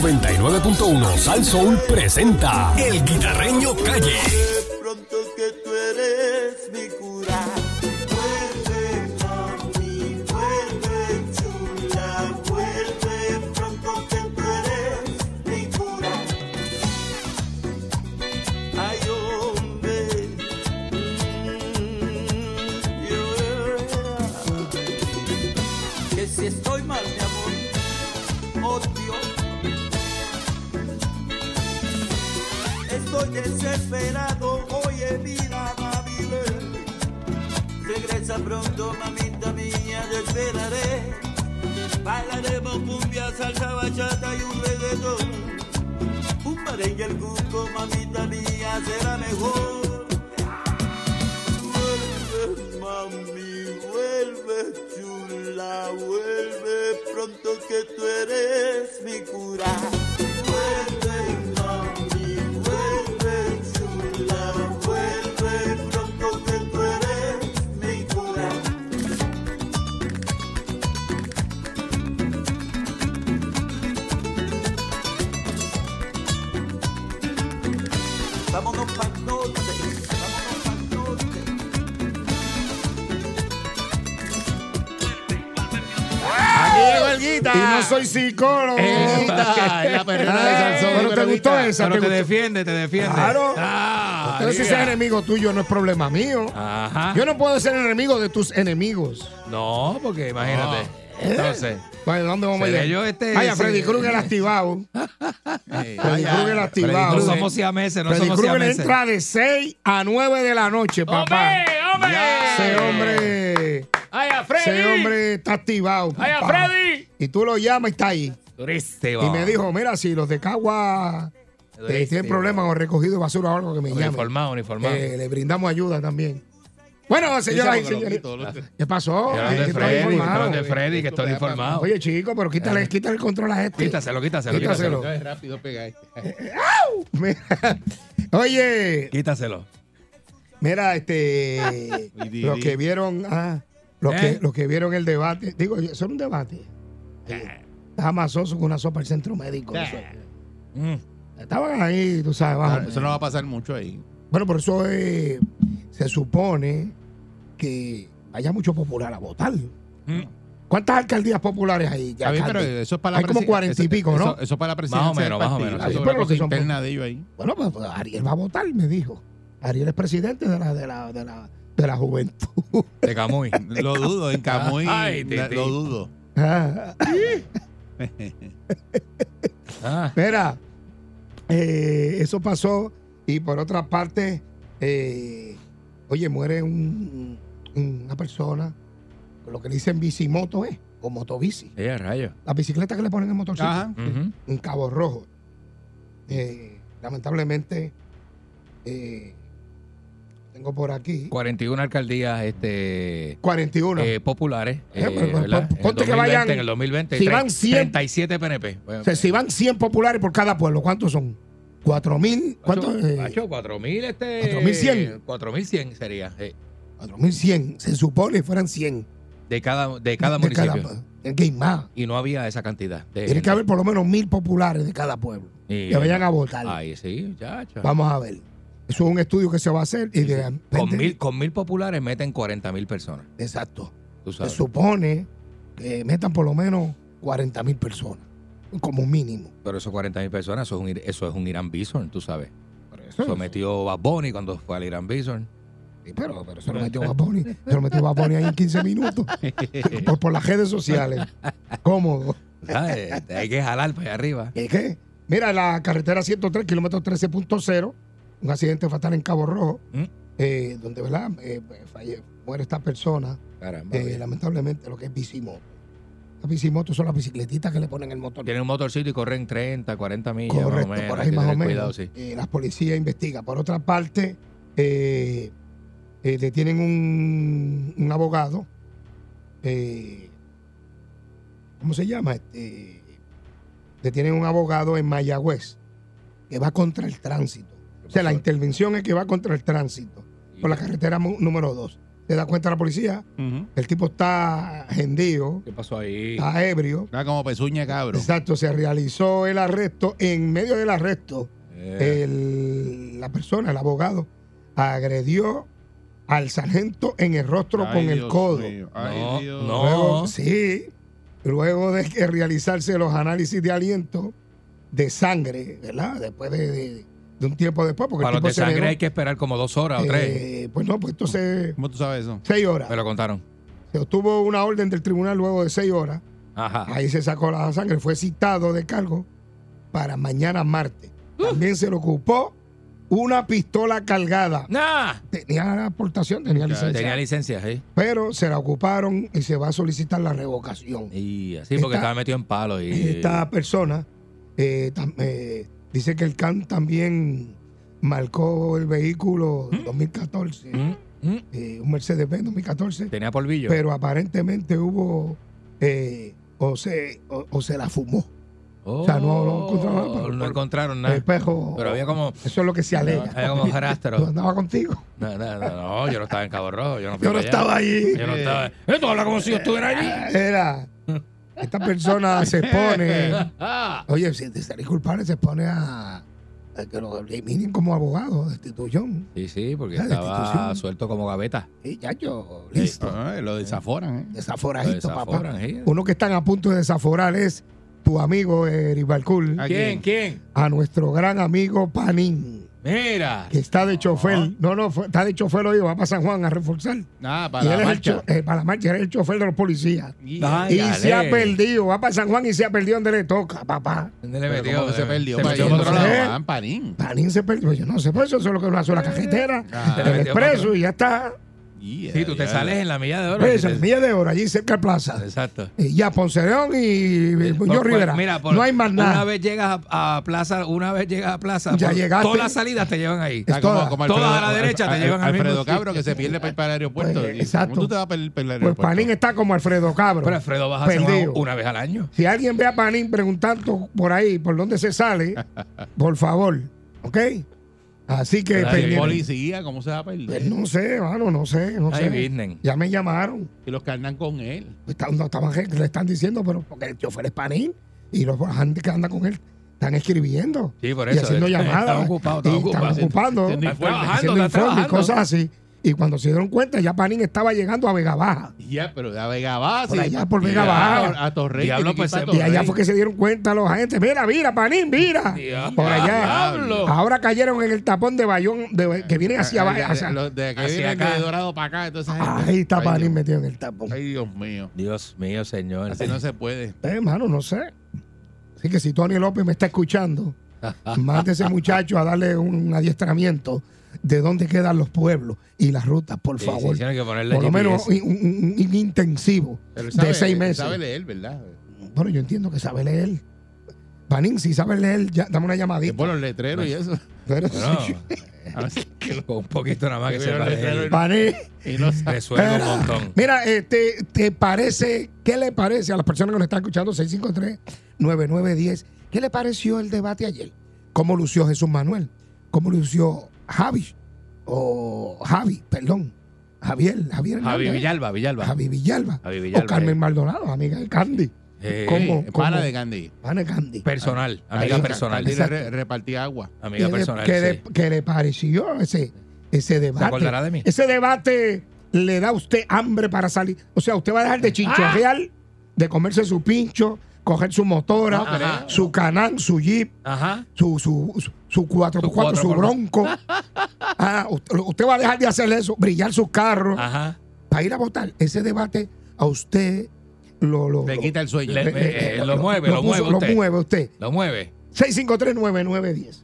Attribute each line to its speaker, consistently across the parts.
Speaker 1: 99.1 Sal Soul presenta El Guitarreño Calle.
Speaker 2: pronto es que tú eres mi cura. Vuelve mami, vuelve chula, vuelve pronto que tú eres mi cura. Ay hombre, mm, yo era. que si estoy mal mi amor, oh Dios. Estoy desesperado, oye vida, mami, ven. Regresa pronto, mamita mía, te esperaré. Bailaremos cumbia, salsa, bachata y un reggaetón. Un merengue el gusto, mamita mía, será mejor. Vuelve, mami, vuelve, chula, vuelve pronto que tú eres mi cura. Vuelve, mami, vuelve, chula, vuelve pronto que tú eres mi cura. Vámonos para norte, vámonos para norte.
Speaker 3: Aquí llegó el guita.
Speaker 4: Y no soy psicólogo.
Speaker 3: Eh,
Speaker 4: Guita,
Speaker 3: eh,
Speaker 4: la perrera de Sansón.
Speaker 3: eh,
Speaker 4: Pero te
Speaker 3: pero
Speaker 4: gustó
Speaker 3: Guita,
Speaker 4: esa.
Speaker 3: Pero te
Speaker 4: gustó?
Speaker 3: defiende, te defiende.
Speaker 4: Claro.
Speaker 3: Ah,
Speaker 4: Pero si
Speaker 3: yeah.
Speaker 4: ese enemigo tuyo no es problema mío.
Speaker 3: Ajá.
Speaker 4: Yo no puedo ser enemigo de tus enemigos.
Speaker 3: No, porque imagínate. Entonces,
Speaker 4: Bueno, ¿dónde vamos
Speaker 3: Se
Speaker 4: a
Speaker 3: leyó este-
Speaker 4: Vaya,
Speaker 3: ese-
Speaker 4: Freddy Krueger activado. Freddy Krueger
Speaker 3: Freddy,
Speaker 4: activado.
Speaker 3: no somos siameses, no
Speaker 4: Freddy
Speaker 3: somos
Speaker 4: Krueger
Speaker 3: siameses.
Speaker 4: entra de 6 a 9 de la noche, papá.
Speaker 5: ¡Hombre! ¡Hombre!
Speaker 4: Ese hombre,
Speaker 5: ¡Ay, a Freddy!
Speaker 4: ese hombre está activado.
Speaker 5: ¡Ay, a
Speaker 4: papá.
Speaker 5: Freddy!
Speaker 4: Y tú lo llamas y está ahí.
Speaker 3: Durísimo.
Speaker 4: Y me dijo, mira, si los de Cagua eh,
Speaker 3: este,
Speaker 4: tienen problemas o recogido basura o algo que me llamen.
Speaker 3: Uniformado, uniformado.
Speaker 4: Eh, le brindamos ayuda también. Bueno, señoras y señores. ¿Qué pasó?
Speaker 3: Hablaron
Speaker 4: Eh,
Speaker 3: de
Speaker 4: que está
Speaker 3: Freddy,
Speaker 4: informado.
Speaker 3: hablaron de Freddy, que estoy informado.
Speaker 4: Oye, chico, pero quítale, quítale el control a este.
Speaker 3: Quítaselo, quítaselo,
Speaker 4: Quítaselo.
Speaker 3: quítaselo.
Speaker 6: rápido pega este.
Speaker 4: Mira, Oye,
Speaker 3: Quítaselo.
Speaker 4: mira, este. los que vieron. Ah, los,
Speaker 3: ¿Eh?
Speaker 4: que, los que vieron el debate. Digo, oye, son un debate. Eh, Estaba más oso que una sopa al centro médico.
Speaker 6: Eh.
Speaker 4: eso.
Speaker 3: Mm.
Speaker 4: Estaban ahí, tú sabes, bajo.
Speaker 6: Ah, Eso no va a pasar mucho ahí.
Speaker 4: Bueno, por eso eh, se supone que haya mucho popular a votar.
Speaker 3: Mm.
Speaker 4: ¿Cuántas alcaldías populares hay?
Speaker 6: Está bien, pero
Speaker 4: alcalde?
Speaker 6: eso es para la
Speaker 4: Hay como
Speaker 6: presi-
Speaker 4: 40 y
Speaker 6: eso-
Speaker 4: pico, ¿no?
Speaker 6: Eso, eso es para la presidencia.
Speaker 3: Más o menos,
Speaker 6: del
Speaker 3: más o
Speaker 6: partido.
Speaker 3: menos,
Speaker 6: Eso
Speaker 4: sí.
Speaker 6: es
Speaker 4: Pero
Speaker 6: una
Speaker 4: lo que
Speaker 6: cosa
Speaker 4: son-
Speaker 6: interna de ellos ahí.
Speaker 4: Bueno, pues, pues, Ariel va a votar, me dijo. Ariel es presidente de la, de la, de la, de la juventud.
Speaker 3: De Camuy.
Speaker 6: Lo dudo, en Camuy
Speaker 3: Ay,
Speaker 6: la-
Speaker 3: Titi.
Speaker 6: lo dudo.
Speaker 4: Ah,
Speaker 3: Ah,
Speaker 4: Mira, eh, eso pasó. Y por otra parte, eh, oye, muere un- una persona, lo que le dicen bicimoto es, o motobici.
Speaker 3: ella rayo.
Speaker 4: La bicicleta que le ponen en motorcito.
Speaker 6: Ajá.
Speaker 3: Ujú.
Speaker 4: en Cabo Rojo. Eh, lamentablemente, eh, tengo por aquí
Speaker 3: 41 alcaldías este,
Speaker 4: 41.
Speaker 3: eh, populares.
Speaker 4: Eh,
Speaker 3: eh,
Speaker 4: pero,
Speaker 3: ¿verdad?
Speaker 4: pon-
Speaker 3: En el
Speaker 4: ponte que
Speaker 3: 2020,
Speaker 4: vayan-
Speaker 3: En el 2020.
Speaker 4: si
Speaker 3: tre-
Speaker 4: van 100
Speaker 3: 37 PNP. Bueno,
Speaker 4: o sea, si van 100 populares por cada pueblo, ¿cuántos son? 4.000, ¿cuántos?
Speaker 3: macho,
Speaker 4: Eh,
Speaker 3: macho, 4.000 este...
Speaker 4: 4.100.
Speaker 3: 4.100 sería. eh,
Speaker 4: 4.100, se supone que fueran 100.
Speaker 3: de cada, de cada
Speaker 4: de
Speaker 3: municipio.
Speaker 4: cada- en que hay más.
Speaker 3: y no había esa cantidad. de
Speaker 4: Tiene
Speaker 3: gente.
Speaker 4: que haber por lo menos 1.000 populares de cada pueblo
Speaker 3: Y-
Speaker 4: que vayan a votar.
Speaker 3: Ay, sí, chacho.
Speaker 4: Vamos a ver. Eso es un estudio que se va a hacer. Y de-
Speaker 3: Con mil, con mil populares meten 40 mil personas.
Speaker 4: Exacto.
Speaker 3: Tú
Speaker 4: Se
Speaker 3: sabes.
Speaker 4: supone que metan por lo menos 40.000 personas, como mínimo.
Speaker 3: Pero esos 40 mil personas, eso es un, ir- eso es un Irán Bison, tú sabes. Sometió Bad Bunny cuando fue al Irán Bison.
Speaker 4: Sí, pero, pero se lo metió Bad Bunny. Se lo metió Bad Bunny ahí en 15 minutos. Por, por las redes sociales. Cómodo.
Speaker 3: ¿sabes? Este, Hay que jalar para allá arriba.
Speaker 4: ¿Y qué? Mira, la carretera 103, kilómetro 13.0, un accidente fatal en Cabo Rojo,
Speaker 3: Mm.
Speaker 4: eh, donde, ¿verdad? Eh, pues, falle- muere esta persona,
Speaker 3: Caramba.
Speaker 4: eh, lamentablemente, lo que es bicimoto. Las bicimotos son las bicicletitas que le ponen el motor.
Speaker 3: Tienen un motorcito y corren 30, 40 millas.
Speaker 4: Correcto,
Speaker 3: más o menos.
Speaker 4: por
Speaker 3: Hay
Speaker 4: ahí
Speaker 3: que
Speaker 4: más o
Speaker 3: tener
Speaker 4: menos.
Speaker 3: Cuidado, sí.
Speaker 4: Eh, las policías investigan. Por otra parte, eh, eh, detienen un, un abogado. eh, ¿Cómo se llama? Este, detienen un abogado en Mayagüez que va contra el tránsito. O sea, la intervención es que va contra el tránsito por la carretera mu- número 2. le da cuenta a la policía.
Speaker 6: Ujú.
Speaker 4: El tipo está hendido,
Speaker 3: ¿Qué pasó ahí?
Speaker 4: está ebrio.
Speaker 6: Era como pezuña, cabrón.
Speaker 4: Exacto, se realizó el arresto. En medio del arresto,
Speaker 3: Eh,
Speaker 4: el- la persona, el abogado, agredió al sargento en el rostro
Speaker 6: Ay,
Speaker 4: con el
Speaker 6: Dios
Speaker 4: codo.
Speaker 6: mío. Ay,
Speaker 3: No,
Speaker 6: Dios.
Speaker 3: no.
Speaker 4: Luego, sí, luego de que realizarse los análisis de aliento de sangre, ¿verdad? Después de, de- de un tiempo después, porque
Speaker 3: para
Speaker 4: el
Speaker 3: los
Speaker 4: tipo
Speaker 3: de
Speaker 4: se
Speaker 3: sangre
Speaker 4: negó.
Speaker 3: hay que esperar Mm. como dos horas o tres.
Speaker 4: Eh, pues no, pues entonces
Speaker 6: ¿Cómo tú sabes eso?
Speaker 4: seis horas.
Speaker 3: Me lo contaron.
Speaker 4: Se obtuvo una orden del tribunal luego de seis horas.
Speaker 3: Ajá.
Speaker 4: Ahí se sacó la sangre. Fue citado de cargo para mañana martes.
Speaker 3: Uh.
Speaker 4: También se le ocupó una pistola cargada.
Speaker 3: ¡Nah!
Speaker 4: Tenía la aportación, tenía
Speaker 6: Ya,
Speaker 4: licencia.
Speaker 3: Tenía licencia, sí.
Speaker 4: Pero se la ocuparon y se va a solicitar la revocación.
Speaker 3: Y así porque
Speaker 4: Esta-
Speaker 3: estaba metido en palo y
Speaker 4: Esta persona eh, tam- eh, dice que el CAN también marcó el vehículo 2014,
Speaker 3: Mm, mm,
Speaker 4: eh, un Mercedes-Benz 2014,
Speaker 3: tenía polvillo.
Speaker 4: pero aparentemente hubo eh, o, se, o, o se la fumó.
Speaker 3: Oh,
Speaker 4: sea, no- no encontraron nada, pero- eh,
Speaker 3: no encontraron nada.
Speaker 4: El espejo.
Speaker 3: Pero había como
Speaker 4: Eso es lo que se alega.
Speaker 3: había como
Speaker 4: Yo
Speaker 3: rastro.
Speaker 4: andaba contigo.
Speaker 3: No, no, no, no, yo no estaba en Cabo Rojo, yo no fui
Speaker 4: Yo no
Speaker 3: para allá.
Speaker 4: estaba allí.
Speaker 3: Yo no estaba. Eh, tú hablas como si yo estuviera allí.
Speaker 4: Era. Esta persona se expone.
Speaker 3: Ah,
Speaker 4: Oye, si te salís culpable, se expone a, a que lo eliminen como abogado de institución.
Speaker 3: sí, sí, porque
Speaker 4: Ah,
Speaker 3: estaba
Speaker 4: destitución.
Speaker 3: suelto como gaveta.
Speaker 4: Y ya yo, listo.
Speaker 6: Ah, lo desaforan, ¿eh?
Speaker 3: Lo
Speaker 4: Desaforadito, papá.
Speaker 3: desaforan, sí.
Speaker 4: Uno que están a punto de desaforar es tu amigo Eric Balcool,
Speaker 6: ¿A
Speaker 3: ¿Quién? ¿Quién?
Speaker 4: a nuestro gran amigo Panín,
Speaker 3: Mira.
Speaker 4: que está de
Speaker 3: Ah.
Speaker 4: chofer. No, no, fue- está de chofer hoy, va para San Juan a reforzar.
Speaker 6: Nada,
Speaker 4: Y
Speaker 6: para
Speaker 4: él
Speaker 6: la
Speaker 4: es el
Speaker 6: marcha.
Speaker 4: cho- eh, para la marcha, él es el chofer de los policías.
Speaker 6: Y-
Speaker 3: Ay,
Speaker 4: Y
Speaker 3: dale.
Speaker 4: se ha perdido, va para San Juan y se ha perdido donde le toca, papá.
Speaker 3: ¿Dónde le
Speaker 6: Pero
Speaker 3: metió?
Speaker 6: como que se
Speaker 3: eh,
Speaker 6: perdió.
Speaker 3: Se
Speaker 6: para
Speaker 3: metió
Speaker 6: allá,
Speaker 3: por
Speaker 4: no
Speaker 3: otro
Speaker 4: sé.
Speaker 3: lado.
Speaker 6: lado. Ah, en Parín.
Speaker 4: Panín se perdió. Yo no sé, por eso eso es lo que uno hace una carretera
Speaker 6: Ah,
Speaker 4: del
Speaker 3: Eh, metió para
Speaker 4: expreso y ya está.
Speaker 6: Yeah,
Speaker 3: Sí, tú te
Speaker 6: yeah.
Speaker 3: sales en la milla de oro.
Speaker 4: Esa,
Speaker 3: Sí, te-
Speaker 4: milla de oro, allí cerca de plaza. Eh,
Speaker 3: Exacto.
Speaker 4: Y ya Ponce de León y eh,
Speaker 3: Por-
Speaker 4: Muñoz
Speaker 3: por-
Speaker 4: Rivera.
Speaker 3: pues, mira, por-
Speaker 4: no hay más nada.
Speaker 3: Una vez llegas a, a plaza, una vez llegas a plaza,
Speaker 4: Ya
Speaker 3: por-
Speaker 4: llegaste.
Speaker 3: todas las salidas te llevan ahí.
Speaker 6: Está como-
Speaker 4: toda.
Speaker 6: como
Speaker 3: Todas
Speaker 6: Alfredo-
Speaker 3: a la derecha te
Speaker 6: Al-
Speaker 3: llevan al mismo
Speaker 6: Alfredo
Speaker 3: sitio.
Speaker 6: Cabro que se pierde para ir para el aeropuerto.
Speaker 4: Pues,
Speaker 6: Y-
Speaker 4: exacto.
Speaker 6: ¿Cómo tú te vas para el, para el
Speaker 4: Pues
Speaker 6: aeropuerto?
Speaker 4: Panín está como Alfredo Cabro.
Speaker 3: Pero Alfredo vas a hacer una,
Speaker 4: Perdido.
Speaker 3: una vez al año.
Speaker 4: Si alguien ve a Panín preguntando por ahí, por dónde se sale, por favor, ¿ok? Así que,
Speaker 3: Pero ahí
Speaker 6: ¿Y
Speaker 4: pendiente.
Speaker 6: el policía? Pues, ¿Cómo se va a
Speaker 4: Pues
Speaker 6: perder?
Speaker 4: no sé, mano, no sé, no
Speaker 3: Ay,
Speaker 4: sé.
Speaker 3: business.
Speaker 4: Ya me llamaron.
Speaker 6: Y los que andan con él.
Speaker 4: Están- no, estaban, le están diciendo, pero porque el chofer es Panín y los gente que andan con él están escribiendo.
Speaker 3: Sí, por
Speaker 4: Y
Speaker 3: eso. eh,
Speaker 4: haciendo
Speaker 3: Están
Speaker 4: llamadas.
Speaker 3: ocupados,
Speaker 4: y
Speaker 3: están ocupados.
Speaker 4: Están ocupando.
Speaker 6: Están
Speaker 4: haciendo
Speaker 3: trabajando, están
Speaker 4: informes y
Speaker 3: trabajando.
Speaker 4: cosas así. Y cuando se dieron cuenta, ya Panín estaba llegando a Vega Baja.
Speaker 6: Ya, pero de Vega Baja.
Speaker 4: Por
Speaker 6: sí.
Speaker 4: allá, por
Speaker 6: Y
Speaker 4: Vega
Speaker 6: a-
Speaker 4: Baja.
Speaker 6: A Torrey.
Speaker 3: Diablo,
Speaker 6: tiene que
Speaker 3: pues,
Speaker 6: ir para
Speaker 3: se-
Speaker 4: Y
Speaker 6: Torrey.
Speaker 4: allá fue que se dieron cuenta los agentes. Mira, mira, Panín, mira.
Speaker 3: Diablo.
Speaker 4: Por allá.
Speaker 3: Diablo.
Speaker 4: Ahora cayeron en el tapón de Bayón, de- que viene hacia
Speaker 6: Ah,
Speaker 4: abajo.
Speaker 6: ya,
Speaker 4: hacia-
Speaker 6: los de que
Speaker 3: hacia
Speaker 6: vienen
Speaker 3: acá.
Speaker 6: de Dorado para acá. Entonces,
Speaker 4: Ahí está Panín metido en el tapón.
Speaker 6: Ay, Dios mío.
Speaker 3: Dios mío, señor.
Speaker 6: Así no se puede.
Speaker 4: Eh, hermano, no sé. Así que si Tony López me está escuchando, mande a ese muchacho a darle un adiestramiento de dónde quedan los pueblos y las rutas, por
Speaker 3: Sí,
Speaker 4: favor.
Speaker 3: sí, tiene que ponerle
Speaker 4: por lo menos
Speaker 3: GPS.
Speaker 4: un, un- un intensivo
Speaker 6: Pero él
Speaker 4: de
Speaker 6: sabe-
Speaker 4: seis
Speaker 6: él
Speaker 4: meses.
Speaker 6: Sabe leer, ¿verdad?
Speaker 4: Bueno, yo entiendo que sabe leer. Panín, si sabe leer, ya, dame una
Speaker 6: Que
Speaker 4: llamadita.
Speaker 6: por los letreros y eso.
Speaker 4: Pero-
Speaker 6: A ver si-
Speaker 3: Con un poquito nada más que
Speaker 6: Que
Speaker 3: se
Speaker 6: veo el letrero
Speaker 3: le
Speaker 4: Panín,
Speaker 6: y no sabe.
Speaker 3: resuelve un
Speaker 4: espera.
Speaker 3: montón.
Speaker 4: Mira, eh, te, te parece, ¿qué le parece a las personas que nos están escuchando? 653-9910. ¿Qué le pareció el debate ayer? ¿Cómo lució Jesús Manuel? ¿Cómo lució Javi? O Javi, perdón. Javier, Javier. Hernández.
Speaker 3: Javi Villalba, Villalba.
Speaker 4: Javi Villalba.
Speaker 3: Javi Villalba,
Speaker 4: O Carmen
Speaker 3: eh.
Speaker 4: Maldonado, amiga de Candy.
Speaker 3: Eh,
Speaker 4: ¿Cómo?
Speaker 6: Para de Gandhi.
Speaker 4: Ana Candy.
Speaker 3: Personal, amiga
Speaker 4: Ahí,
Speaker 3: personal.
Speaker 6: Gandhi le re- repartía agua.
Speaker 4: ¿Qué
Speaker 3: Amiga
Speaker 4: le,
Speaker 3: personal.
Speaker 4: qué
Speaker 3: sí.
Speaker 4: le- qué le pareció ese, ese debate?
Speaker 3: acordará de mí?
Speaker 4: Ese debate le da a usted hambre para salir. O sea, usted va a dejar
Speaker 3: Ah.
Speaker 4: de chinchorreal, de comerse su pincho, coger su motora,
Speaker 3: No creo.
Speaker 4: su canán, su jeep,
Speaker 3: Ajá.
Speaker 4: su, su, su, su 4x4, su,
Speaker 3: Su 4x4.
Speaker 4: bronco. Ah, usted, usted va a dejar de hacer eso, brillar sus carros,
Speaker 3: Ajá.
Speaker 4: para ir a votar. Ese debate a usted lo... lo-
Speaker 6: Le
Speaker 4: lo-
Speaker 6: quita el sueño.
Speaker 3: Le-
Speaker 6: Eh,
Speaker 3: eh, lo mueve, lo mueve
Speaker 4: lo
Speaker 3: usted.
Speaker 4: mueve usted.
Speaker 3: Lo mueve.
Speaker 4: 6539910.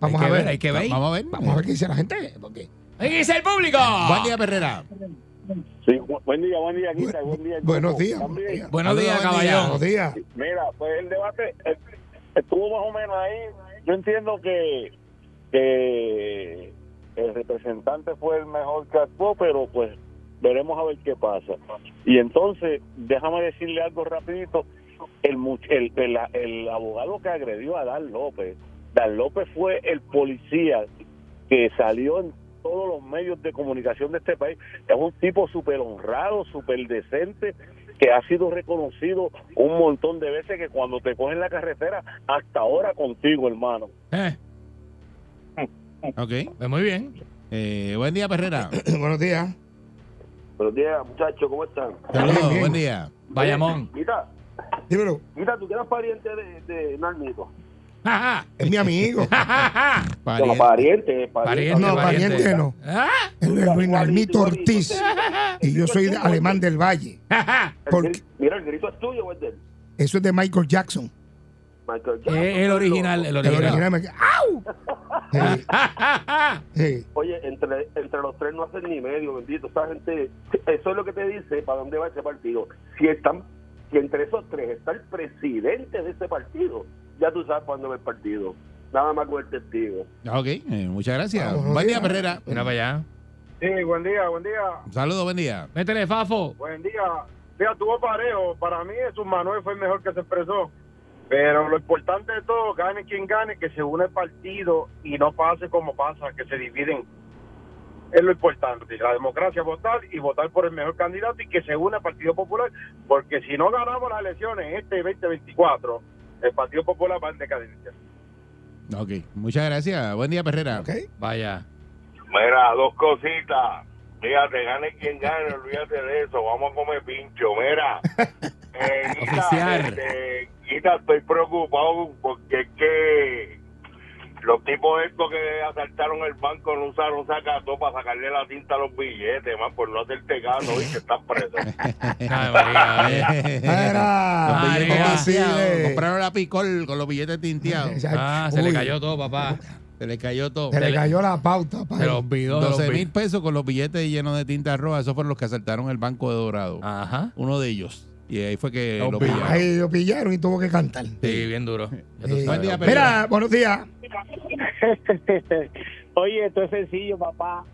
Speaker 4: Vamos
Speaker 3: Hay
Speaker 4: a
Speaker 3: que
Speaker 4: ver.
Speaker 3: Hay que ver.
Speaker 6: Vamos a ver.
Speaker 4: Vamos a ver qué dice la gente. porque-
Speaker 3: Ahí dice el público.
Speaker 6: Buen día, Perrera.
Speaker 5: Sí, bu- buen día, buen día, Guita, buen día.
Speaker 4: Buenos
Speaker 5: Coco.
Speaker 4: días. Buenos
Speaker 5: También,
Speaker 4: días.
Speaker 3: Buenos días,
Speaker 6: Saludos, buen día.
Speaker 3: caballón.
Speaker 4: Buenos días.
Speaker 5: Mira, pues el debate eh, estuvo más o menos ahí. Yo entiendo que, que el representante fue el mejor que actuó, pero pues veremos a ver qué pasa. Y entonces, déjame decirle algo rapidito. El, much- el, el, el abogado que agredió a Dan López, Dan López fue el policía que salió en todo todos los medios de comunicación de este país. Es un tipo súper honrado, súper decente, que ha sido reconocido un montón de veces que cuando te cogen la carretera, hasta ahora contigo, hermano.
Speaker 6: Eh. Ok.
Speaker 3: Pues muy bien.
Speaker 6: Eh, buen día, Perrera.
Speaker 4: Buenos días.
Speaker 5: Buenos días, muchachos, ¿cómo están?
Speaker 4: Bien,
Speaker 6: Saludos,
Speaker 4: bien.
Speaker 6: buen día.
Speaker 3: Bayamón.
Speaker 5: Mira,
Speaker 4: Dímelo,
Speaker 5: mira, tú que eres pariente de, de Narnito.
Speaker 3: Ajá.
Speaker 4: es mi amigo.
Speaker 5: No,
Speaker 6: Pariente.
Speaker 5: pariente, pariente.
Speaker 3: Pariente,
Speaker 4: No, pariente no.
Speaker 3: Ah,
Speaker 4: Él es Luis Nalmito Ortiz. Y yo soy de alemán del Valle.
Speaker 3: ajá.
Speaker 5: El
Speaker 4: Porque
Speaker 5: gri- Mira, el grito es tuyo, o es de él?
Speaker 4: eso es de Michael Jackson.
Speaker 5: Michael Jackson,
Speaker 3: Eh, el
Speaker 5: loco.
Speaker 3: original, el
Speaker 4: El
Speaker 3: original.
Speaker 4: original me- ¡Au! Eh, eh,
Speaker 5: Oye, entre, entre los tres no hacen ni medio, bendito. Esa gente, eso es lo que te dice para dónde va ese partido. Si están, si entre esos tres está el presidente de ese partido, ya tú sabes para dónde va el partido. Nada más con el testigo.
Speaker 6: Ok, eh, muchas gracias.
Speaker 4: Vamos,
Speaker 6: buen día,
Speaker 4: buenos días.
Speaker 6: Perrera.
Speaker 3: Mira para allá.
Speaker 7: Sí, buen día, buen día.
Speaker 6: Saludos, buen día.
Speaker 3: Métele, Fafo.
Speaker 7: Buen día. Mira, tuvo parejo. Para mí, Jesús Manuel fue el mejor que se expresó. Pero lo importante de todo, gane quien gane, que se une el partido y no pase como pasa, que se dividen. Es lo importante. La democracia, votar y votar por el mejor candidato y que se une el Partido Popular. Porque si no ganamos las elecciones este 2024, el Partido Popular va en decadencia.
Speaker 6: Ok, muchas gracias. Buen día, Perrera.
Speaker 4: ok.
Speaker 3: Vaya.
Speaker 8: Mira, dos cositas. Fíjate, gane quien gane, olvídate de eso. Vamos a comer pincho. Mira, eh, Guita,
Speaker 3: Oficial.
Speaker 8: este, Guita, estoy preocupado porque es que los tipos estos que asaltaron el banco no usaron sacató para sacarle la tinta a los billetes, man, por no hacerte caso y que están presos.
Speaker 6: Eh.
Speaker 3: Ay, María, eh.
Speaker 4: Era.
Speaker 6: Los billetes
Speaker 3: María.
Speaker 6: tinteados.
Speaker 4: Así de-
Speaker 6: Compraron la picol con los billetes tinteados.
Speaker 3: Ah, se le cayó todo, papá.
Speaker 6: Se les cayó todo.
Speaker 4: Se le cayó la pauta. pa.
Speaker 3: Se lo olvidó. se lo
Speaker 6: 12 mil
Speaker 3: olvidó.
Speaker 6: pesos con los billetes llenos de tinta roja. Esos fueron los que asaltaron el Banco de Dorado.
Speaker 3: Ajá.
Speaker 6: Uno de ellos. Y ahí fue que
Speaker 3: Los
Speaker 6: lo
Speaker 3: billetes.
Speaker 6: pillaron.
Speaker 4: Ahí lo pillaron y tuvo que cantar.
Speaker 3: Sí, bien duro. Ya tú
Speaker 4: Eh,
Speaker 3: sabes.
Speaker 6: día,
Speaker 4: mira, buenos días.
Speaker 9: Oye, esto es sencillo, papá.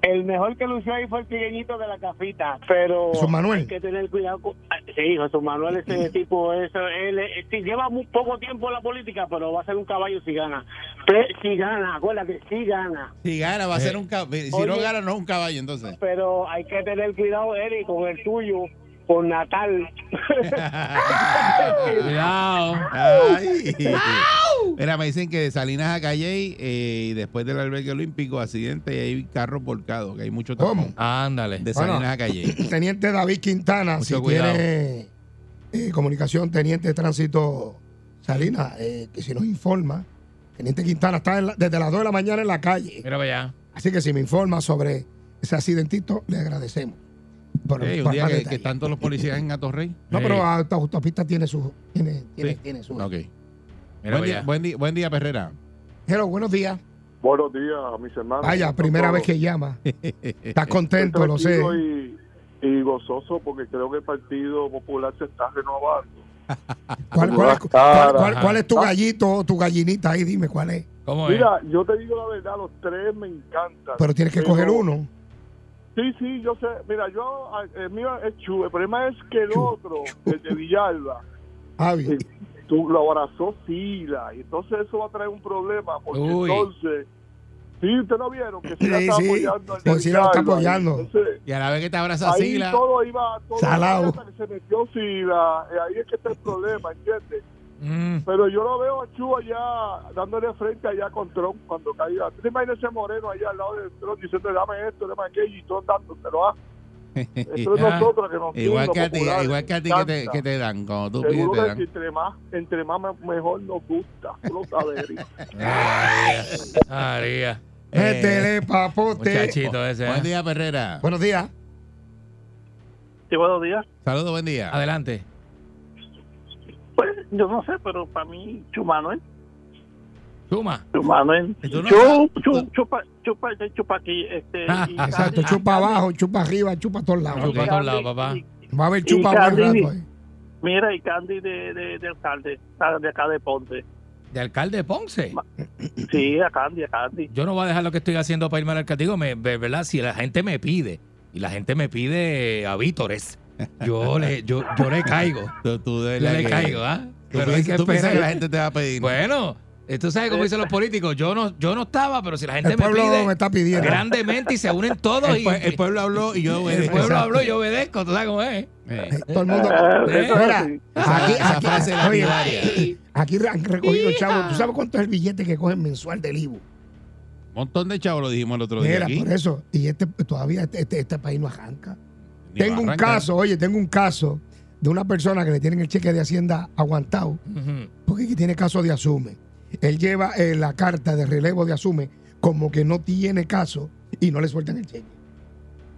Speaker 9: El mejor que lució ahí fue el trigueñito de la cafita, pero
Speaker 4: Jesús Manuel. Mm.
Speaker 9: hay que tener cuidado. Con... Ah, Sí, Jesús Manuel, ese tipo, eso, él, eh, sí, lleva muy poco tiempo en la política, pero va a ser un caballo si gana. Pero si gana, acuérdate, si gana.
Speaker 6: Si gana, va a
Speaker 3: Eh,
Speaker 6: ser un caballo. Si no
Speaker 9: Oye.
Speaker 6: gana, no es un caballo, entonces.
Speaker 9: Pero hay que tener cuidado, Eric, con el tuyo, con Natal.
Speaker 3: Cuidado.
Speaker 6: Ay. Mira, me dicen que de Salinas a Calle eh, y después del albergue olímpico, accidente y hay carro volcado, que hay mucho tapón.
Speaker 4: ¿Cómo?
Speaker 3: Ándale.
Speaker 6: De
Speaker 4: Bueno.
Speaker 6: Salinas a Calle.
Speaker 4: Teniente David Quintana,
Speaker 3: Mucho
Speaker 4: si
Speaker 3: cuidado.
Speaker 4: tiene eh, comunicación, Teniente de Tránsito Salinas, eh, que si nos informa. Teniente Quintana está en la- desde las 2 de la mañana en la calle.
Speaker 3: Mira para allá.
Speaker 4: Así que si me informa sobre ese accidentito, le agradecemos. Por-
Speaker 6: Ey, Eh, un
Speaker 4: por
Speaker 6: día
Speaker 4: más
Speaker 6: que,
Speaker 4: detalle.
Speaker 6: que están todos los policías en Atorrey.
Speaker 4: No, pero esta autopista tiene su. Tiene, tiene,
Speaker 6: Sí.
Speaker 4: tiene su.
Speaker 6: Ok.
Speaker 3: Mira
Speaker 6: buen,
Speaker 3: para
Speaker 6: día,
Speaker 3: allá.
Speaker 6: buen, día, buen día, Perrera.
Speaker 4: Hello, buenos días.
Speaker 5: Buenos días, mis hermanos.
Speaker 4: Vaya, primera vez que llama. Estás contento, lo sé.
Speaker 5: Y, gozoso porque creo que el Partido Popular se está renovando.
Speaker 4: ¿Cuál, cuál, es-
Speaker 5: Buenas
Speaker 4: cuál- cuál-
Speaker 3: tardes.
Speaker 4: cuál es tu gallito o tu gallinita ahí? Dime cuál es.
Speaker 3: ¿Cómo es?
Speaker 5: Mira, yo te digo la verdad, los tres me encantan.
Speaker 4: Pero tienes que coger uno.
Speaker 5: Sí, sí, yo sé. Mira, yo, ah, el mío es Chu. El problema es que el
Speaker 4: Chu,
Speaker 5: otro, el de Villalba,
Speaker 4: Javi.
Speaker 5: eh, tú lo abrazó Sila. Y entonces eso va a traer un problema. Porque
Speaker 3: Uy.
Speaker 5: entonces. Sí, usted no vieron que Sila
Speaker 4: Sí,
Speaker 5: está
Speaker 4: sí,
Speaker 5: apoyando. al de
Speaker 4: pues Sila lo está
Speaker 5: Villalba,
Speaker 4: apoyando.
Speaker 5: y Entonces,
Speaker 6: Y a la vez que te abraza
Speaker 5: ahí
Speaker 6: Sila.
Speaker 5: todo iba. Todo
Speaker 4: Salao.
Speaker 5: iba hasta que se metió Sila. eh, Ahí es que está el problema, ¿entiendes?
Speaker 3: Mm.
Speaker 5: Pero yo lo veo a Chu allá dándole frente allá con Trump cuando caiga. Tú te imaginas ese moreno allá al lado de Trump diciendo dame esto, dame aquello y Trump dándoselo. Ah, eso es
Speaker 3: Ah,
Speaker 5: nosotros que nos
Speaker 6: Igual
Speaker 5: tienen,
Speaker 6: que a
Speaker 5: los
Speaker 6: ti,
Speaker 5: populares,
Speaker 6: eh, igual que a ti
Speaker 5: nos
Speaker 6: que te,
Speaker 5: encanta.
Speaker 6: que te dan, cuando tú pides te
Speaker 5: Seguro que
Speaker 6: dan.
Speaker 5: entre más, entre más me- mejor nos gusta. Tú lo sabes, Eric.
Speaker 3: María. María.
Speaker 4: Métele, papote.
Speaker 3: Muchachito ese.
Speaker 6: Buen
Speaker 3: ¿eh?
Speaker 6: día, Perrera.
Speaker 4: Buenos días.
Speaker 9: Sí, buenos días.
Speaker 6: Saludos, buen día.
Speaker 3: Adelante.
Speaker 9: Pues yo no sé, pero para mí, ¿eh? Chumanuel,
Speaker 3: Suma.
Speaker 9: Chumanuel,
Speaker 6: Tú no Chu- sabes- chu- tú-
Speaker 9: ¿eh? chupa, chupa, chupa aquí, este,
Speaker 3: y
Speaker 4: Exacto, chupa abajo, chupa arriba, chupa a todos lados.
Speaker 3: Chupa a todos lados, papá.
Speaker 4: Va a haber chupa pues.
Speaker 9: Y
Speaker 4: buen
Speaker 9: Candy.
Speaker 4: rato ahí.
Speaker 9: Mira, y Candy de, de, de alcalde, ah, de acá de Ponte.
Speaker 3: De alcalde de Ponce.
Speaker 9: Sí, a Candy, a Candy.
Speaker 3: Yo no voy a dejar lo que estoy haciendo para irme al alcalde. Digo, me, de ¿verdad? Si la gente me pide, y la gente me pide a Vítores, yo le, yo, yo le caigo.
Speaker 6: Tú, tú de
Speaker 3: Yo
Speaker 6: verdad
Speaker 3: le
Speaker 6: que-
Speaker 3: caigo, ¿ah?
Speaker 6: Tú
Speaker 3: Pero hay
Speaker 6: piensas,
Speaker 3: que
Speaker 6: tú piensas que la
Speaker 3: esperar.
Speaker 6: gente te va a pedir.
Speaker 3: Bueno, Tú sabes cómo dicen los políticos. Yo no, yo no estaba, pero si la gente
Speaker 4: El
Speaker 3: me
Speaker 4: pueblo
Speaker 3: pide
Speaker 4: me está pidiendo.
Speaker 3: grandemente y se unen todos
Speaker 6: El,
Speaker 3: y
Speaker 6: pue- el pueblo habló y yo
Speaker 3: el pueblo
Speaker 6: Exacto.
Speaker 3: habló y yo obedezco. ¿Tú sabes cómo es?
Speaker 6: Eh,
Speaker 4: Todo el mundo.
Speaker 5: Ah, eso
Speaker 4: Mira,
Speaker 5: sí.
Speaker 4: aquí,
Speaker 6: Esa
Speaker 4: aquí,
Speaker 6: frase
Speaker 4: oye,
Speaker 6: lapidaria.
Speaker 4: aquí han recogido chavos. ¿Tú sabes cuánto es el billete que cogen mensual del IBU?
Speaker 6: Un montón de chavos lo dijimos el otro día
Speaker 4: Mira,
Speaker 6: aquí.
Speaker 4: por eso. Y este todavía este, este- este país no arranca.
Speaker 6: Ni
Speaker 4: tengo un
Speaker 6: barranca.
Speaker 4: caso, oye, tengo un caso de una persona que le tienen el cheque de Hacienda aguantado
Speaker 3: Ujú.
Speaker 4: porque es que tiene caso de asume. Él lleva eh, la carta de relevo de asume como que no tiene caso y no le sueltan el cheque.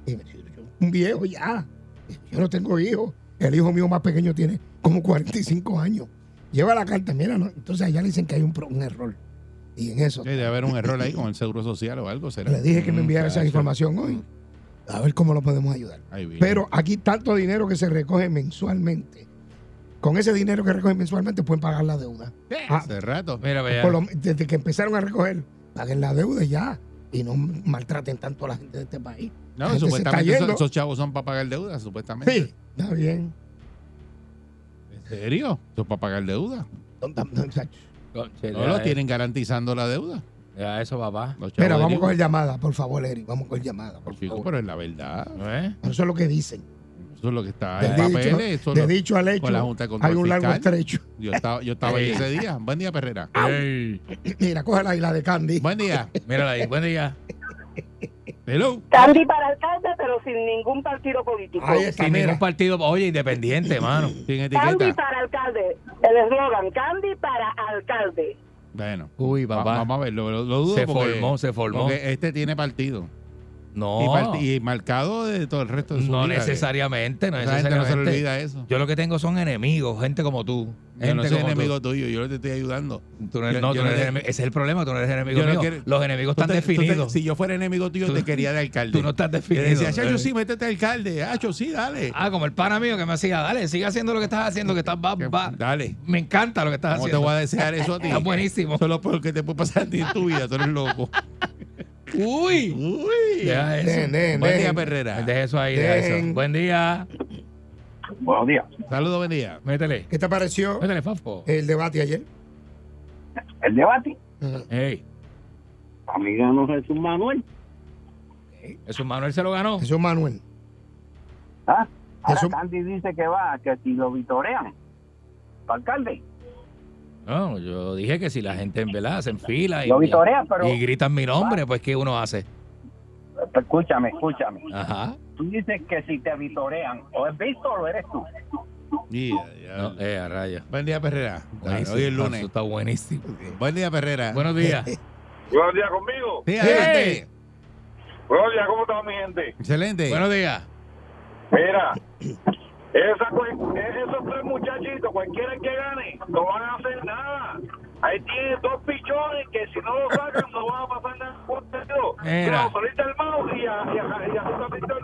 Speaker 4: Y me dice, yo, un viejo ya. Yo no tengo hijos. El hijo mío más pequeño tiene como 45 años. Lleva la carta, mira, ¿no? entonces allá le dicen que hay un, pro- un error. Y en eso.
Speaker 6: Sí, debe haber un error ahí con el seguro social o algo. ¿será? Mm,
Speaker 4: Le dije que me enviara esa
Speaker 6: Muchacho.
Speaker 4: información hoy. A ver cómo lo podemos ayudar.
Speaker 6: Ay, bien.
Speaker 4: Pero aquí tanto dinero que se recoge mensualmente. Con ese dinero que recogen mensualmente pueden pagar la deuda. Ah,
Speaker 6: Hace rato.
Speaker 3: Mira, vea.
Speaker 4: por lo- desde que empezaron a recoger, paguen la deuda y ya. Y no maltraten tanto a la gente de este país. La
Speaker 6: No,
Speaker 4: gente se
Speaker 6: supuestamente
Speaker 4: está
Speaker 6: esos,
Speaker 4: yendo.
Speaker 6: esos chavos son para pagar deudas, supuestamente.
Speaker 4: Sí, está bien.
Speaker 6: ¿En serio? Eso es para pagar deuda.
Speaker 4: Son tan- tan- tan-
Speaker 3: Conche,
Speaker 6: No
Speaker 3: ya,
Speaker 6: lo
Speaker 3: eh.
Speaker 6: tienen garantizando la deuda.
Speaker 3: Ya eso, papá.
Speaker 6: Los chavos
Speaker 4: Mira,
Speaker 6: de
Speaker 4: vamos a
Speaker 6: Liverpool.
Speaker 4: coger llamada, por favor, Eric. Vamos a coger llamada. por
Speaker 6: Chico,
Speaker 4: favor.
Speaker 6: pero es la verdad.
Speaker 3: ¿No es?
Speaker 4: Eso es lo que dicen.
Speaker 6: Eso es lo que está
Speaker 4: De
Speaker 6: en
Speaker 4: dicho,
Speaker 6: papeles. Eso es
Speaker 4: de
Speaker 6: lo-
Speaker 4: dicho al
Speaker 6: con la
Speaker 4: hecho,
Speaker 6: Junta de Control
Speaker 4: hay un largo
Speaker 6: Fiscal.
Speaker 4: estrecho.
Speaker 6: Yo estaba, yo estaba ahí ese día. Buen día, Perrera.
Speaker 3: Ey.
Speaker 4: Mira, coge la isla de Candy.
Speaker 6: Buen día.
Speaker 3: Mírala ahí. Buen día.
Speaker 6: Hello.
Speaker 10: Candy para alcalde, pero sin ningún partido político.
Speaker 4: Ahí está,
Speaker 3: Sin
Speaker 4: mira.
Speaker 3: ningún partido. Oye, independiente, hermano.
Speaker 6: Sin
Speaker 10: Candy
Speaker 6: etiqueta.
Speaker 10: para alcalde. El eslogan, Candy para alcalde.
Speaker 6: Bueno.
Speaker 3: Uy,
Speaker 6: va-
Speaker 3: papá.
Speaker 6: Vamos a verlo. Lo, lo dudo
Speaker 3: Se
Speaker 6: porque-
Speaker 3: formó, se formó.
Speaker 6: Porque este tiene partido. Y,
Speaker 3: No.
Speaker 6: parti- y marcado de todo el resto de su
Speaker 3: No
Speaker 6: vida, que-
Speaker 3: necesariamente, no
Speaker 6: Esa gente no se le
Speaker 3: necesariamente.
Speaker 6: olvida eso.
Speaker 3: Yo lo que tengo son enemigos, gente como tú.
Speaker 6: Yo no
Speaker 3: gente
Speaker 6: soy
Speaker 3: como tú.
Speaker 6: enemigo tuyo, yo te estoy ayudando.
Speaker 3: Tú no eres-
Speaker 6: Yo-
Speaker 3: no,
Speaker 6: yo
Speaker 3: tú no
Speaker 6: no
Speaker 3: eres
Speaker 6: te-
Speaker 3: enemigo. Ese es el problema, tú no eres enemigo
Speaker 6: Yo no
Speaker 3: mío.
Speaker 6: quiero-
Speaker 3: Los enemigos
Speaker 6: Tú
Speaker 3: están
Speaker 6: te- tú te-
Speaker 3: definidos.
Speaker 6: si yo fuera enemigo tuyo,
Speaker 3: Tú-
Speaker 6: te quería de alcalde.
Speaker 3: tú no estás
Speaker 6: Te
Speaker 3: definido.
Speaker 6: decía, Chacho, sí, métete alcalde. Hacho, sí, dale.
Speaker 3: Ah, como el pana mío que me hacía, dale, sigue haciendo lo que estás haciendo, que estás va,
Speaker 6: Que-
Speaker 3: va.
Speaker 6: Dale.
Speaker 3: Me encanta lo que estás
Speaker 6: ¿Cómo te
Speaker 3: haciendo.
Speaker 6: voy a desear eso a ti?
Speaker 3: Está buenísimo.
Speaker 6: Eso es lo peor que te puede pasar a ti en tu vida. Tú eres loco.
Speaker 3: Uy.
Speaker 6: Uy.
Speaker 3: Deja eso.
Speaker 4: Nene,
Speaker 6: Buen día,
Speaker 4: nene.
Speaker 6: Perrera.
Speaker 3: Deja eso ahí, deja eso.
Speaker 4: Den.
Speaker 3: Buen día.
Speaker 7: Buenos días.
Speaker 6: Saludos, buen día.
Speaker 3: Métele.
Speaker 4: ¿Qué te pareció
Speaker 3: Métele, Fafo.
Speaker 4: el debate ayer?
Speaker 9: El debate,
Speaker 4: Ajá.
Speaker 3: Ey,
Speaker 9: amiga, no ¿eh? Jesús Manuel.
Speaker 3: Jesús Manuel se lo ganó.
Speaker 4: Jesús Manuel.
Speaker 9: Ah, ahora
Speaker 4: Jesús-
Speaker 9: Candy dice que va, que si lo vitorean, para alcalde.
Speaker 3: No, yo dije que si la gente en verdad se enfila y,
Speaker 9: Lo vitorean, pero-
Speaker 3: y gritan mi nombre, pues ¿qué uno hace?
Speaker 9: Escúchame, escúchame.
Speaker 3: Ajá.
Speaker 9: Tú dices que si te vitorean, o es Víctor o eres tú.
Speaker 6: Yeah, yeah.
Speaker 3: No, eh, a raya.
Speaker 6: Buen día, Perrera.
Speaker 3: Buenísimo.
Speaker 6: Hoy es lunes. Eh,
Speaker 3: Eso está buenísimo.
Speaker 6: Buen día, Perrera.
Speaker 3: Buenos días.
Speaker 8: Buenos días conmigo.
Speaker 6: Sí, adelante.
Speaker 8: Buenos días, ¿cómo está mi gente?
Speaker 6: Excelente.
Speaker 3: Buenos días.
Speaker 8: Mira, esa cu- esos tres muchachitos, cualquiera que gane, no van a hacer nada. Ahí tienen dos pichones que si no lo sacan no van a pasar nada. contenido.
Speaker 3: Mira.
Speaker 8: Como Solita Hermano y a, y a, y a Jesucristo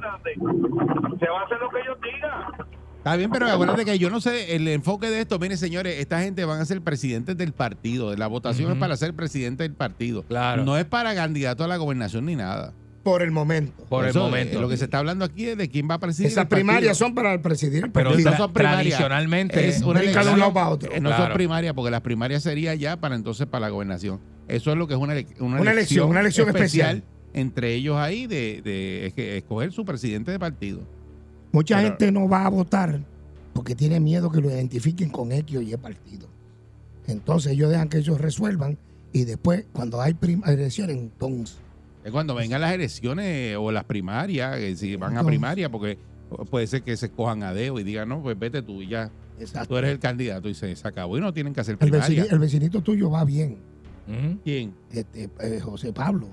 Speaker 8: Hernández. Se va a hacer lo que ellos digan.
Speaker 6: Está bien, pero acuérdate que yo no sé el enfoque de esto. Mire, señores, esta gente van a ser presidentes del partido. La votación es
Speaker 3: Ujú.
Speaker 6: para ser presidente del partido.
Speaker 3: Claro.
Speaker 6: No es para candidato a la gobernación ni nada.
Speaker 4: Por el momento.
Speaker 3: Por
Speaker 6: Eso,
Speaker 3: el momento.
Speaker 6: eh, Lo que se está hablando aquí es de quién va a presidir.
Speaker 4: Esas
Speaker 6: el partido.
Speaker 4: primarias son para el presidente.
Speaker 3: pero
Speaker 6: Sí,
Speaker 3: tra-
Speaker 6: no son primarias.
Speaker 3: tradicionalmente
Speaker 6: Es Eh,
Speaker 4: brinca de
Speaker 6: una
Speaker 4: un
Speaker 6: elección.
Speaker 4: lado para otro.
Speaker 6: Eh, No
Speaker 3: Claro.
Speaker 6: son primarias, porque las primarias sería ya para entonces para la gobernación. Eso es lo que es una, ele-
Speaker 4: Una elección, una elección
Speaker 6: entre ellos ahí de, de esque- escoger su presidente de partido.
Speaker 4: Mucha
Speaker 6: Pero-
Speaker 4: gente no va a votar porque tiene miedo que lo identifiquen con X o Y partido. Entonces ellos dejan que ellos resuelvan y después, cuando hay prim- elecciones, entonces.
Speaker 6: Es cuando vengan las elecciones o las primarias, que si van a
Speaker 4: Entonces-
Speaker 6: primaria, porque puede ser que se escojan a dedo y digan, no, pues vete tú y ya, tú
Speaker 4: Exacto.
Speaker 6: eres el candidato y se, se acabó y no tienen que hacer
Speaker 4: El,
Speaker 6: primaria.
Speaker 4: vecini- el vecinito tuyo va bien,
Speaker 3: Ujú.
Speaker 6: ¿Quién?
Speaker 4: este, eh, José Pablo.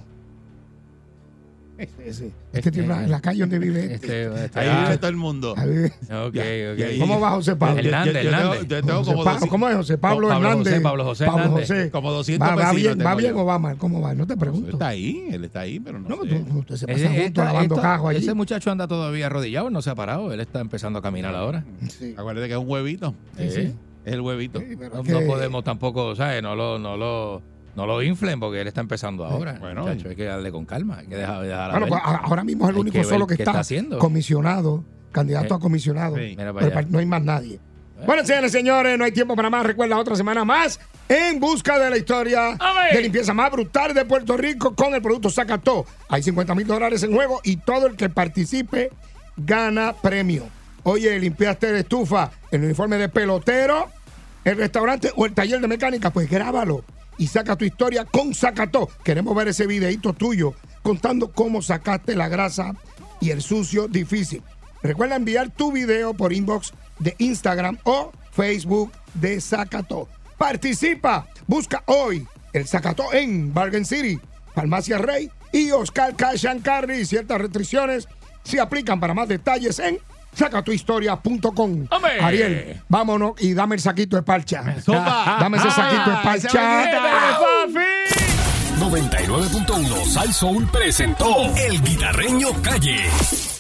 Speaker 4: Ese- ese-
Speaker 3: Este-
Speaker 4: este tiene una- en la calle donde vive. este.
Speaker 3: Este, este-
Speaker 6: Ahí
Speaker 3: ah,
Speaker 6: vive todo el mundo.
Speaker 4: Ahí vive.
Speaker 3: ok, ok.
Speaker 6: ya, ya.
Speaker 4: ¿Cómo va José Pablo?
Speaker 6: Yo- yo-
Speaker 3: Hernández,
Speaker 6: yo tengo-
Speaker 3: Hernández.
Speaker 6: yo tengo
Speaker 4: José
Speaker 6: como
Speaker 4: Pa-
Speaker 6: 200
Speaker 4: ¿Cómo es José Pablo
Speaker 3: Pablo José,
Speaker 4: Hernández?
Speaker 3: Pablo José
Speaker 4: Pablo
Speaker 3: Hernández.
Speaker 4: José.
Speaker 6: como 200
Speaker 4: Va, va
Speaker 6: vecinos
Speaker 4: bien,
Speaker 6: tengo
Speaker 4: va bien
Speaker 6: yo.
Speaker 4: o va mal, ¿cómo va? No te pregunto.
Speaker 6: Está ahí, él está ahí, pero no,
Speaker 4: No, pues
Speaker 6: sé.
Speaker 4: tú- tú- usted se pasa
Speaker 3: Ese-
Speaker 4: junto
Speaker 3: esta-
Speaker 4: lavando
Speaker 3: esta-
Speaker 4: cajos allí.
Speaker 3: ese muchacho anda todavía arrodillado, no se ha parado. Él está empezando a caminar ahora.
Speaker 4: Sí.
Speaker 6: Acuérdate que es un huevito.
Speaker 3: Sí, sí.
Speaker 6: Es el huevito.
Speaker 4: Sí, pero
Speaker 3: No,
Speaker 4: es que-
Speaker 3: no podemos tampoco, ¿sabes? No lo, no lo, no lo inflen porque él está empezando ahora.
Speaker 6: Bueno.
Speaker 3: Bueno, hay que darle con calma. Hay que dejar, dejar
Speaker 4: Bueno, pues, a- ahora mismo es el
Speaker 3: ¿eh? Hay
Speaker 4: único
Speaker 3: que ver
Speaker 4: solo que
Speaker 3: qué
Speaker 4: está,
Speaker 3: está haciendo.
Speaker 4: comisionado, candidato
Speaker 3: Eh.
Speaker 4: a comisionado.
Speaker 6: Sí.
Speaker 3: Mira para
Speaker 4: Pero
Speaker 3: allá. Eh.
Speaker 4: pa- no hay más nadie. Bueno, señores, señores, no hay tiempo para más. Recuerda, otra semana más en busca de la historia de limpieza más brutal de Puerto Rico con el producto Sacató. Hay 50 mil dólares en juego y todo el que participe gana premio. Oye, limpiaste la estufa, el uniforme de pelotero, el restaurante o el taller de mecánica, pues grábalo y saca tu historia con Sacató. Queremos ver ese videito tuyo contando cómo sacaste la grasa y el sucio difícil. Recuerda enviar tu video por inbox de Instagram o Facebook de Zacató. Participa, busca hoy el Zacató en Bargain City, Farmacia Rey y Oscar Cash and Carry. Ciertas restricciones se aplican para más detalles en sacatuhistoria.com. Ariel, vámonos y dame el saquito de parcha.
Speaker 1: Sopa.
Speaker 4: Dame ese saquito de
Speaker 1: Ah,
Speaker 4: parcha.
Speaker 1: esa belleza. 99.1 Sal Soul presentó El Guitarreño Calle.